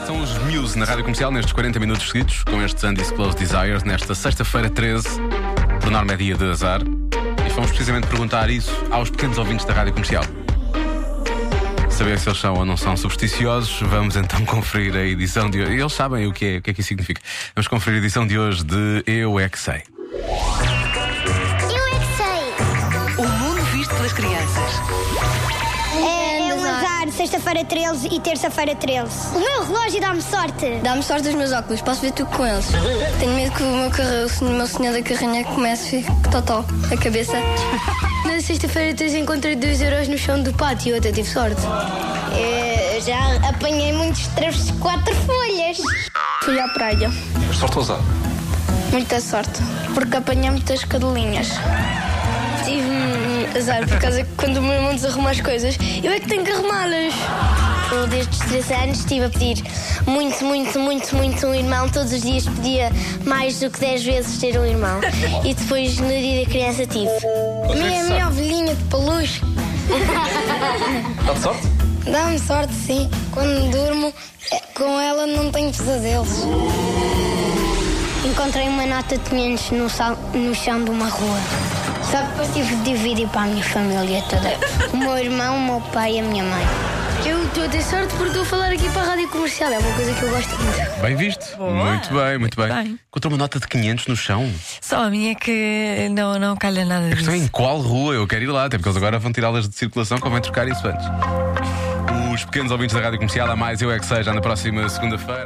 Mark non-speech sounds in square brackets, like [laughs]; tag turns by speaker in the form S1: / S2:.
S1: os Muse na rádio comercial nestes 40 minutos seguidos, com estes Undisclosed Desires, nesta sexta-feira 13, por norma é dia de azar. E fomos precisamente perguntar isso aos pequenos ouvintes da rádio comercial. Saber se eles são ou não são supersticiosos, vamos então [laughs] conferir a edição de hoje. Eles sabem o que é, o que é que isso significa. Vamos conferir a edição de hoje de Eu É Que Sei.
S2: Eu é que sei!
S3: O mundo visto pelas crianças.
S2: É, é usar sexta-feira 13 e terça-feira 13. O meu relógio dá-me sorte.
S4: Dá-me sorte dos meus óculos, posso ver tudo com eles. Tenho medo que o meu, carro, o meu senhor da carrinha comece e fique totó a cabeça. [laughs] Na sexta-feira 3 encontrei 2 euros no chão do pátio, até tive sorte. Eh,
S2: já apanhei muitos trevos de quatro folhas.
S4: Fui à praia,
S1: Sorte ousada.
S4: muita sorte, porque apanhei muitas cadelinhas. Tive hum, azar, por causa que quando o meu irmão desarruma as coisas, eu é que tenho que arrumá-las.
S2: Eu, desde os 13 anos, estive a pedir muito, muito, muito, muito um irmão. Todos os dias pedia mais do que 10 vezes ter um irmão. E depois, no dia da criança, tive.
S4: Minha, minha ovelhinha de peluche
S1: [laughs] Dá sorte?
S4: Dá-me sorte, sim. Quando durmo eh, com ela não tenho pesadelos.
S2: Encontrei uma nota de 500 no, sal- no chão de uma rua. Só que depois tive de dividir para a minha família toda. O meu irmão, o meu pai e a minha mãe.
S4: Eu estou a ter sorte porque estou a falar aqui para a rádio comercial. É uma coisa que eu gosto muito.
S1: Bem visto. Muito bem, muito bem.
S5: bem.
S1: Encontrou uma nota de 500 no chão.
S5: Só a minha é que não, não calha nada
S1: A questão é em
S5: disso.
S1: qual rua eu quero ir lá, até porque eles agora vão tirá-las de circulação, convém trocar isso antes. Os pequenos ouvintes da rádio comercial, a mais eu é que seja, na próxima segunda-feira.